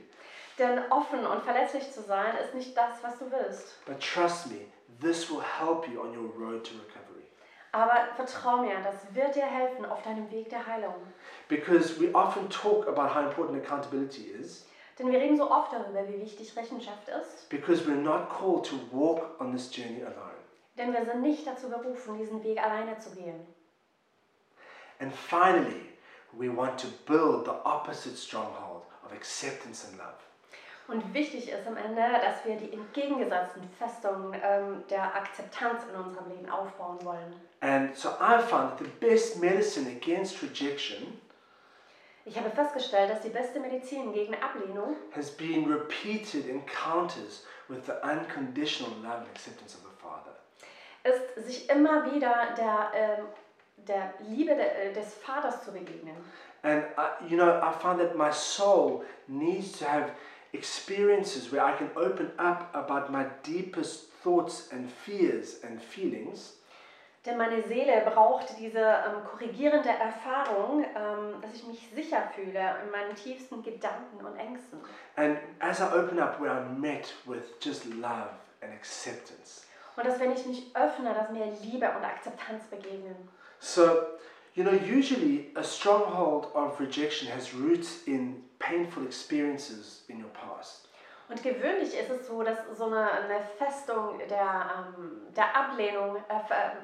Speaker 2: Denn offen und verletzlich zu sein, ist nicht das, was du willst.
Speaker 1: But trust me, this will help you on your road to recovery.
Speaker 2: Aber vertrau mir, das wird dir helfen auf deinem Weg der Heilung.
Speaker 1: Because we often talk about how important accountability is
Speaker 2: Denn wir reden so oft darüber, wie wichtig Rechenschaft ist.
Speaker 1: because we're not called to walk on this journey alone.
Speaker 2: Denn wir sind nicht dazu berufen, diesen Weg alleine zu gehen.
Speaker 1: And finally, we want to build the opposite stronghold of acceptance and love.
Speaker 2: Und wichtig ist am Ende, dass wir die entgegengesetzten Festungen ähm, der Akzeptanz in unserem Leben aufbauen wollen.
Speaker 1: And so I found that the best medicine against rejection
Speaker 2: Ich habe festgestellt, dass die beste Medizin gegen Ablehnung
Speaker 1: has been repeated encounters with the unconditional love and acceptance of the Father.
Speaker 2: ist, sich immer wieder der, ähm, der Liebe de, äh, des Vaters zu begegnen.
Speaker 1: And I, you know, I found that my soul needs to have experiences where I can open up about my deepest thoughts and fears and feelings
Speaker 2: Denn meine Seele braucht diese ähm, korrigierende Erfahrung, ähm, dass ich mich sicher fühle in meinen tiefsten Gedanken und Ängsten.
Speaker 1: and as I open up where I'm met with just love and acceptance.
Speaker 2: Und dass, wenn ich mich öffne, dass mir Liebe und Akzeptanz begegnen.
Speaker 1: So, you know, usually a stronghold of rejection has roots in painful experiences in your past.
Speaker 2: Und gewöhnlich ist es so, dass so eine, eine Festung der, ähm, der Ablehnung, äh, ver- äh,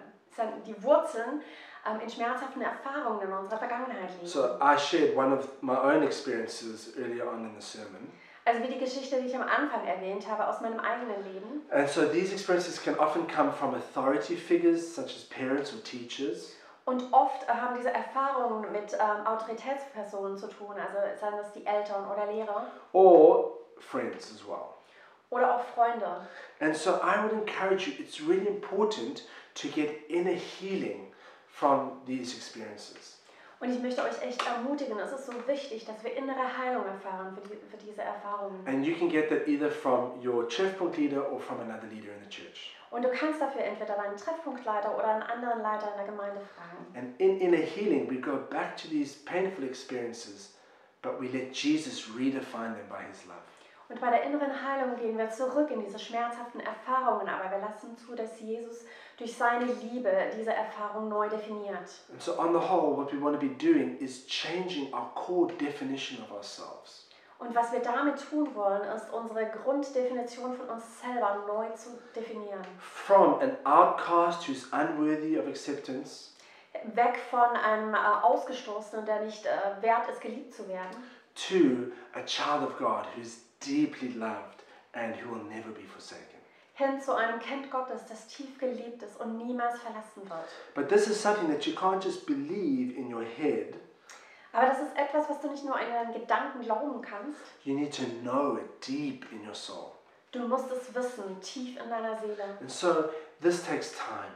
Speaker 2: die Wurzeln ähm, in schmerzhaften Erfahrungen in unserer Vergangenheit liegen.
Speaker 1: So I shared one of my own experiences earlier on in the sermon.
Speaker 2: Also wie die Geschichte, die ich am Anfang erwähnt habe, aus meinem eigenen Leben.
Speaker 1: And so these experiences can often come from authority figures such as parents or teachers,
Speaker 2: Und oft äh, haben diese Erfahrungen mit ähm, Autoritätspersonen zu tun, also seien das die Eltern oder Lehrer
Speaker 1: or friends as well.
Speaker 2: oder auch Freunde.
Speaker 1: And so I would encourage you, it's really important to get inner healing from these experiences.
Speaker 2: Und ich möchte euch echt ermutigen, es ist so wichtig, dass wir innere Heilung erfahren für, die, für diese Erfahrungen.
Speaker 1: And you can get that either from your Treffpunkt leader or from another leader in the church.
Speaker 2: Und du kannst dafür entweder deinen Treffpunktleiter oder einen anderen Leiter in der Gemeinde fragen.
Speaker 1: And in inner healing, we go back to these painful experiences, but we let Jesus redefine them by his love.
Speaker 2: Und bei der inneren Heilung gehen wir zurück in diese schmerzhaften Erfahrungen, aber wir lassen zu, dass Jesus durch seine Liebe diese Erfahrung neu definiert.
Speaker 1: And so, on the whole, what we want to be doing is changing our core definition of ourselves.
Speaker 2: Und was wir damit tun wollen, ist unsere Grunddefinition von uns selber neu zu definieren.
Speaker 1: From an outcast who's unworthy of acceptance
Speaker 2: Weg von einem äh, Ausgestoßenen, der nicht äh, wert ist, geliebt zu werden.
Speaker 1: to a child of God who's deeply loved and who will never be forsaken.
Speaker 2: hin zu einem Kind Gottes, das tief geliebt ist und niemals verlassen wird.
Speaker 1: But this is something that you can't just believe in your head,
Speaker 2: Aber das ist etwas, was du nicht nur in deinen Gedanken glauben kannst.
Speaker 1: you need to know it deep in your soul.
Speaker 2: Du musst es wissen, tief in deiner Seele.
Speaker 1: And so, this takes time.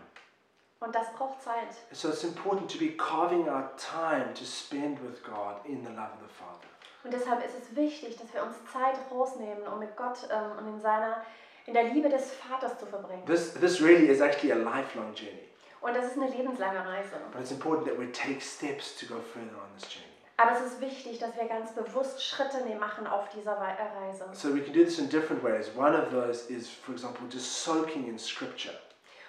Speaker 2: Und das braucht Zeit.
Speaker 1: And so, it's important to be carving out time to spend with God in the love of the Father.
Speaker 2: Und deshalb ist es wichtig, dass wir uns Zeit rausnehmen, um mit Gott ähm, und in seiner in der Liebe des Vaters zu verbringen.
Speaker 1: This, this really is actually a lifelong journey.
Speaker 2: Und das ist eine lebenslange Reise.
Speaker 1: But it's important that we take steps to go further on this journey.
Speaker 2: Aber es ist wichtig, dass wir ganz bewusst Schritte ne- machen auf dieser Wei- äh, Reise.
Speaker 1: So we can do this in different ways. One of those is, for example, just soaking in scripture.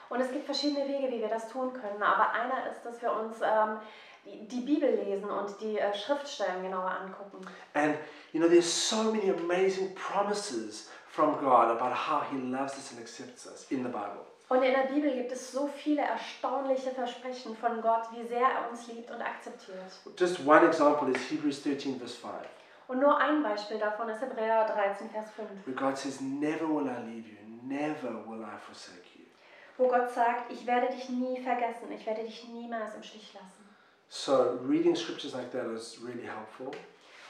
Speaker 2: Und es gibt verschiedene Wege, wie wir das tun können. Aber einer ist, dass wir uns ähm, die, die Bibel lesen und die äh, Schriftstellen genauer angucken.
Speaker 1: And you know, there's so many amazing promises from God about how He loves us and accepts us in the Bible.
Speaker 2: Und in der Bibel gibt es so viele erstaunliche Versprechen von Gott, wie sehr er uns liebt und akzeptiert.
Speaker 1: Just one example is Hebrews 13, verse 5,
Speaker 2: Und nur ein Beispiel davon ist Hebräer 13, Vers 5,
Speaker 1: where God says, Never will I leave you, never will I forsake you.
Speaker 2: wo Gott sagt, ich werde dich nie vergessen, ich werde dich niemals im Stich lassen.
Speaker 1: So reading scriptures like that is really helpful.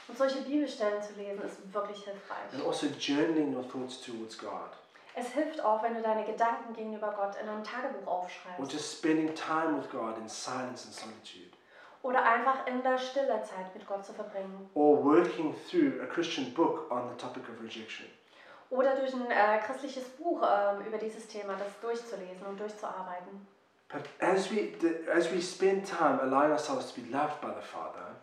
Speaker 2: Und solche Bibelstellen zu lesen, ist wirklich
Speaker 1: And
Speaker 2: hilfreich.
Speaker 1: also journaling your thoughts towards God.
Speaker 2: Es hilft auch, wenn du deine Gedanken gegenüber Gott in einem Tagebuch
Speaker 1: Or
Speaker 2: aufschreibst.
Speaker 1: just spending time with God in silence and solitude.
Speaker 2: Oder einfach in der Stille Zeit mit Gott zu verbringen.
Speaker 1: Or working through a Christian book on the topic of rejection.
Speaker 2: Oder durch ein äh, christliches Buch ähm, über dieses Thema, das durchzulesen und durchzuarbeiten.
Speaker 1: But as we, as we spend time allowing ourselves to be loved by the Father,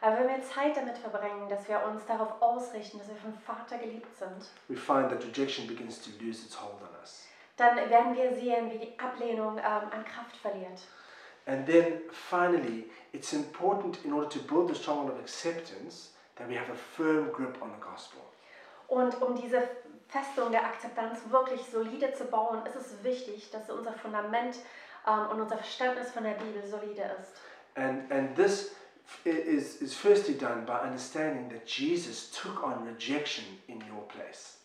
Speaker 2: Aber wenn wir Zeit damit verbringen, dass wir uns darauf ausrichten, dass wir vom Vater geliebt sind,
Speaker 1: we find that rejection begins to lose its hold on us.
Speaker 2: dann werden wir sehen, wie die Ablehnung ähm, an Kraft verliert.
Speaker 1: And then finally, it's important in order to build the stronghold of acceptance that we have a firm grip on the gospel.
Speaker 2: Und um diese Festung der Akzeptanz wirklich solide zu bauen, ist es wichtig, dass unser Fundament ähm, und unser Verständnis von der Bibel solide ist.
Speaker 1: And, and this f- is, is firstly done by understanding that Jesus took on rejection in your place.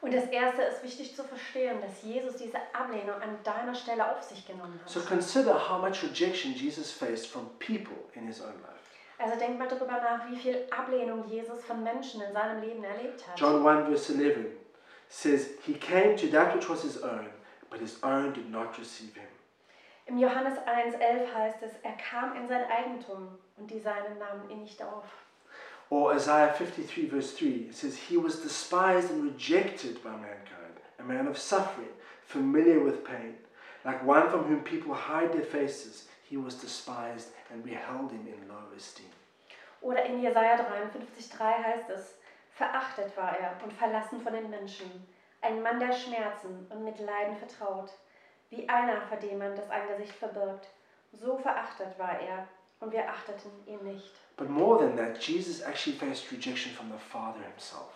Speaker 2: Und das Erste ist wichtig zu verstehen, dass Jesus diese Ablehnung an deiner Stelle auf sich genommen hat.
Speaker 1: So consider how much rejection Jesus faced from people in his own life.
Speaker 2: Also denk mal darüber nach, wie viel Ablehnung Jesus von Menschen in seinem Leben erlebt hat.
Speaker 1: John 1 verse 11 says, He came to that which was his own, but his own did not receive him.
Speaker 2: Im Johannes 1,11 heißt es, er kam in sein Eigentum und die Seinen nahmen ihn nicht auf.
Speaker 1: Or Isaiah 53 verse 3 it says, He was despised and rejected by mankind, a man of suffering, familiar with pain. Like one from whom people hide their faces, he was despised and we held him in low esteem.
Speaker 2: Oder in Jesaja 53,3 heißt es, verachtet war er und verlassen von den Menschen, ein Mann der Schmerzen und mit Leiden vertraut, wie einer, vor dem man das Angesicht verbirgt. So verachtet war er und wir achteten ihn nicht.
Speaker 1: But more than that, Jesus actually faced rejection from the Father himself.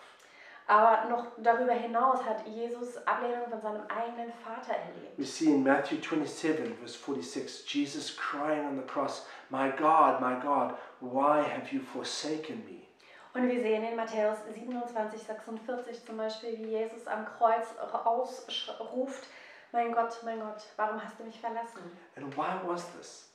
Speaker 2: Aber noch darüber hinaus hat Jesus Ablehnung von seinem eigenen Vater erlebt.
Speaker 1: We see in Matthew 27, verse 46, Jesus crying on the cross, My God, my God, why have you forsaken me?
Speaker 2: Und wir sehen in Matthäus 27, 46 zum Beispiel, wie Jesus am Kreuz ausruft, mein Gott, mein Gott, warum hast du mich verlassen?
Speaker 1: And why was this?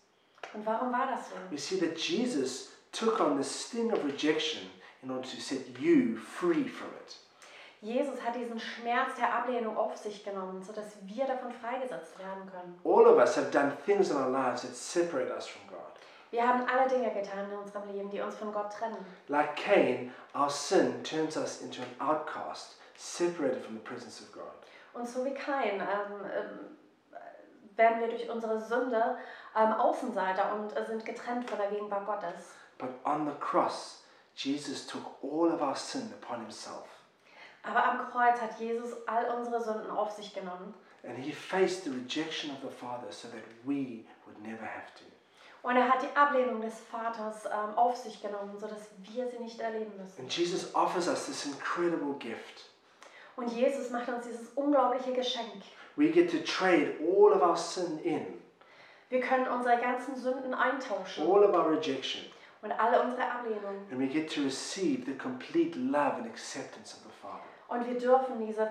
Speaker 2: Und warum war das so?
Speaker 1: We see that Jesus took on the sting of rejection in order to set you free from it.
Speaker 2: Jesus hat diesen Schmerz der Ablehnung auf sich genommen, sodass wir davon freigesetzt werden können.
Speaker 1: All of us have done things in our lives that separate us from God.
Speaker 2: Wir haben alle Dinge getan in unserem Leben, die uns von Gott trennen.
Speaker 1: Like Cain, our sin turns us into an outcast, separated from the presence of God.
Speaker 2: Und so wie Kain ähm, ähm, werden wir durch unsere Sünde ähm, Außenseiter und äh, sind getrennt von der Gegenwart Gottes.
Speaker 1: But on the cross, Jesus took all of our sin upon himself
Speaker 2: Aber am Kreuz hat Jesus all unsere Sünden auf sich genommen
Speaker 1: and he faced the rejection of the Father so that we would never have to.
Speaker 2: und er hat die Ablehnung des Vaters ähm, auf sich genommen, sodass wir sie nicht erleben müssen.
Speaker 1: And Jesus offers us this incredible gift.
Speaker 2: Und Jesus macht uns dieses unglaubliche Geschenk.
Speaker 1: We get to trade all of our sin in,
Speaker 2: Wir können unsere ganzen Sünden eintauschen
Speaker 1: all of our rejection,
Speaker 2: und alle unsere Ablehnung.
Speaker 1: and we get to receive the complete love and acceptance of the Father.
Speaker 2: Und wir dürfen diese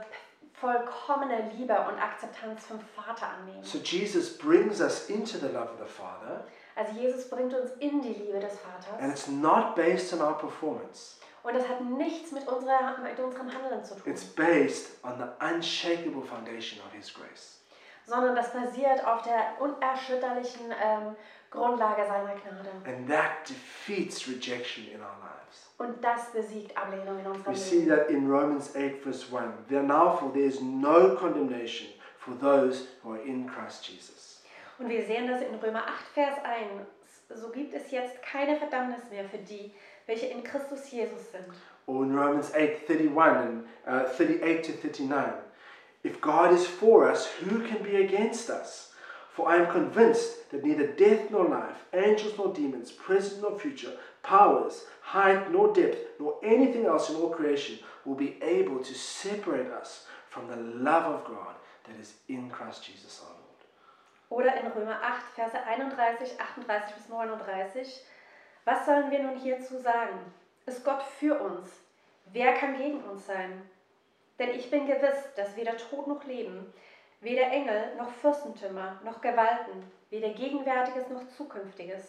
Speaker 2: vollkommene Liebe und Akzeptanz vom Vater annehmen.
Speaker 1: So Jesus brings us into the love of the Father,
Speaker 2: Also Jesus bringt uns in die Liebe des
Speaker 1: and
Speaker 2: Vaters.
Speaker 1: it's not based on our performance.
Speaker 2: Und das hat nichts mit, unserer, mit unserem Handeln zu tun,
Speaker 1: It's based on the unshakable foundation of His grace.
Speaker 2: sondern das basiert auf der unerschütterlichen ähm, Grundlage seiner Gnade.
Speaker 1: And that defeats rejection in our lives.
Speaker 2: Und das besiegt Ablehnung in unserem
Speaker 1: We see
Speaker 2: Leben.
Speaker 1: that in Romans 8, verse 1. There now, for there is no condemnation for those who are in Christ Jesus.
Speaker 2: Und wir sehen das in Römer 8, Vers 1. So gibt es jetzt keine Verdammnis mehr für die, welche in Christus Jesus sind.
Speaker 1: Or in Romans 8, 31 and uh, 38 to 39. If God is for us, who can be against us? For I am convinced that neither death nor life, angels nor demons, present nor future, powers, height nor depth, nor anything else in all creation will be able to separate us from the love of God that is in Christ Jesus our Lord.
Speaker 2: Oder in Römer 8, Verse 31, 38 bis 39. Was sollen wir nun hierzu sagen? Ist Gott für uns? Wer kann gegen uns sein? Denn ich bin gewiss, dass weder Tod noch Leben, weder Engel noch Fürstentümer noch Gewalten, weder Gegenwärtiges noch Zukünftiges,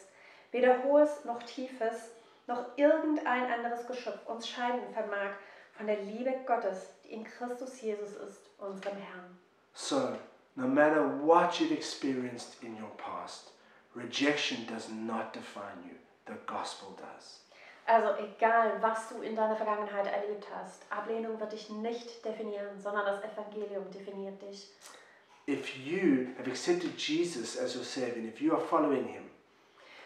Speaker 2: weder Hohes noch Tiefes, noch irgendein anderes Geschöpf uns scheiden vermag von der Liebe Gottes, die in Christus Jesus ist, unserem Herrn.
Speaker 1: So, no matter what you've experienced in your past, rejection does not define you. The gospel does.
Speaker 2: Also egal, was du in deiner Vergangenheit erlebt hast, Ablehnung wird dich nicht definieren, sondern das Evangelium definiert dich.
Speaker 1: If you have accepted Jesus as your Savior, and if you are following Him,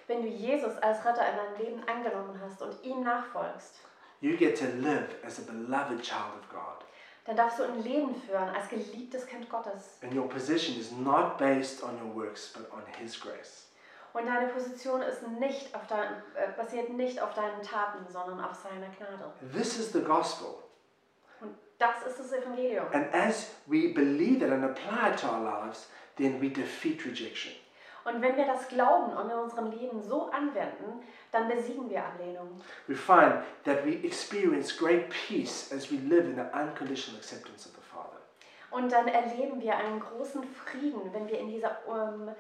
Speaker 2: Wenn du Jesus als Retter in deinem Leben angenommen hast und ihm nachfolgst,
Speaker 1: you get to live as a beloved child of God.
Speaker 2: dann darfst du ein Leben führen als geliebtes Kind Gottes.
Speaker 1: And your position is not based on your works, but on His grace.
Speaker 2: Und deine Position ist nicht auf dein, äh, basiert nicht auf deinen Taten, sondern auf seiner Gnade.
Speaker 1: This is the gospel.
Speaker 2: Und das ist das Evangelium.
Speaker 1: And as we believe it and apply it to our lives, then we defeat rejection.
Speaker 2: Und wenn wir das glauben und in unserem Leben so anwenden, dann besiegen wir Ablehnung.
Speaker 1: We find that we experience great peace as we live in the unconditional acceptance of the Father.
Speaker 2: Und dann erleben wir einen großen Frieden, wenn wir in dieser ähm,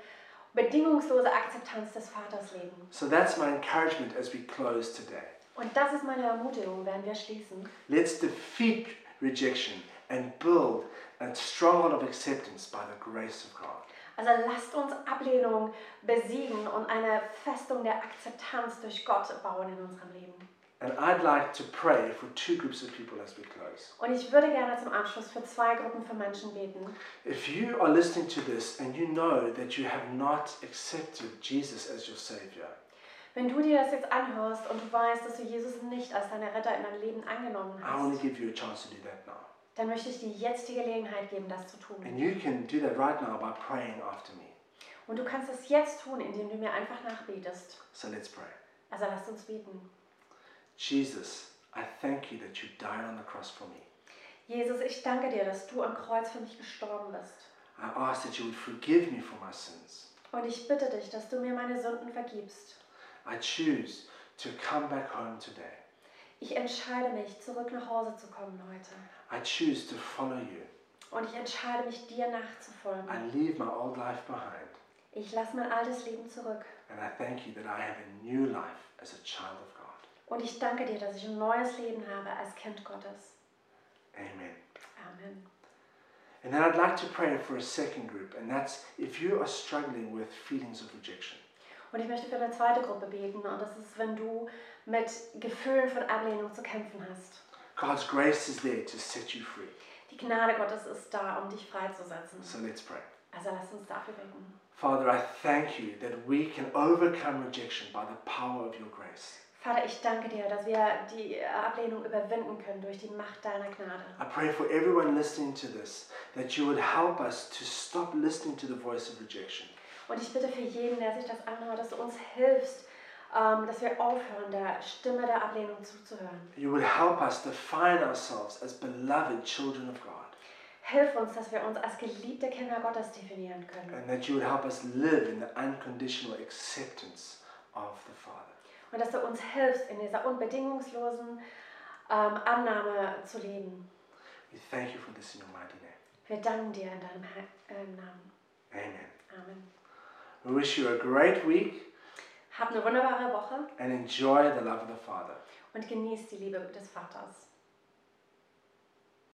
Speaker 2: bedingungslosen Akzeptanz des Vaters leben.
Speaker 1: So that's my encouragement as we close today.
Speaker 2: Und das ist meine Ermutigung, werden wir schließen.
Speaker 1: Let's defeat rejection and build a stronghold of acceptance by the grace of God.
Speaker 2: Also lasst uns Ablehnung besiegen und eine Festung der Akzeptanz durch Gott bauen in unserem Leben.
Speaker 1: And I'd like to pray for two groups of people as we close.
Speaker 2: Und ich würde gerne zum Abschluss für zwei Gruppen von Menschen beten.
Speaker 1: If you are listening to this and you know that you have not accepted Jesus as your Savior,
Speaker 2: Wenn du dir das jetzt anhörst und du weißt, dass du Jesus nicht als deinen Retter in dein Leben angenommen
Speaker 1: I want
Speaker 2: hast,
Speaker 1: to give you a chance to do that now.
Speaker 2: dann möchte ich dir jetzt die Gelegenheit geben, das zu tun.
Speaker 1: And you can do that right now by praying after me.
Speaker 2: Und du kannst es jetzt tun, indem du mir einfach nachbetest.
Speaker 1: So let's pray.
Speaker 2: Also lasst uns beten.
Speaker 1: Jesus, I thank you that you died on the cross for me.
Speaker 2: Jesus, ich danke dir, dass du am Kreuz für mich gestorben bist.
Speaker 1: I ask that you would forgive me for my sins.
Speaker 2: Und ich bitte dich, dass du mir meine Sünden vergibst.
Speaker 1: I choose to come back home today.
Speaker 2: Ich entscheide mich, zurück nach Hause zu kommen heute.
Speaker 1: I choose to follow you.
Speaker 2: Und ich entscheide mich, dir nachzufolgen.
Speaker 1: I leave my old life behind.
Speaker 2: Ich lasse mein altes Leben zurück.
Speaker 1: And I thank you that I have a new life as a child of God.
Speaker 2: Und ich danke dir, dass ich ein neues Leben habe als Kind Gottes.
Speaker 1: Amen.
Speaker 2: Amen.
Speaker 1: And then I'd like to pray for a second group, and that's if you are struggling with feelings of rejection.
Speaker 2: Und ich möchte für eine zweite Gruppe beten. Und das ist, wenn du mit Gefühlen von Ablehnung zu kämpfen hast.
Speaker 1: God's grace is there to set you free.
Speaker 2: Die Gnade Gottes ist da, um dich freizusetzen.
Speaker 1: So let's pray.
Speaker 2: Also lass uns dafür beten.
Speaker 1: Father, I thank you that we can overcome rejection by the power of your grace.
Speaker 2: Vater, ich danke dir, dass wir die Ablehnung überwinden können durch die Macht deiner Gnade.
Speaker 1: I pray for everyone listening to this that you would help us to stop listening to the voice of rejection
Speaker 2: Und ich bitte für jeden, der sich das anhört, dass du uns hilfst, ähm, dass wir aufhören, der Stimme der Ablehnung zuzuhören.
Speaker 1: You would help us define ourselves as beloved children of God,
Speaker 2: Hilf uns, dass wir uns als geliebte Kinder Gottes definieren können.
Speaker 1: and that you would help us live in the unconditional acceptance of the Father.
Speaker 2: Und dass du uns hilfst, in dieser unbedingungslosen ähm, Annahme zu leben.
Speaker 1: We thank you for this in your mighty name.
Speaker 2: Wir danken dir in deinem He- äh, Namen.
Speaker 1: Amen.
Speaker 2: Amen.
Speaker 1: We wish you a great week
Speaker 2: Hab eine wunderbare Woche
Speaker 1: and enjoy the love of the Father.
Speaker 2: und genieß die Liebe des Vaters.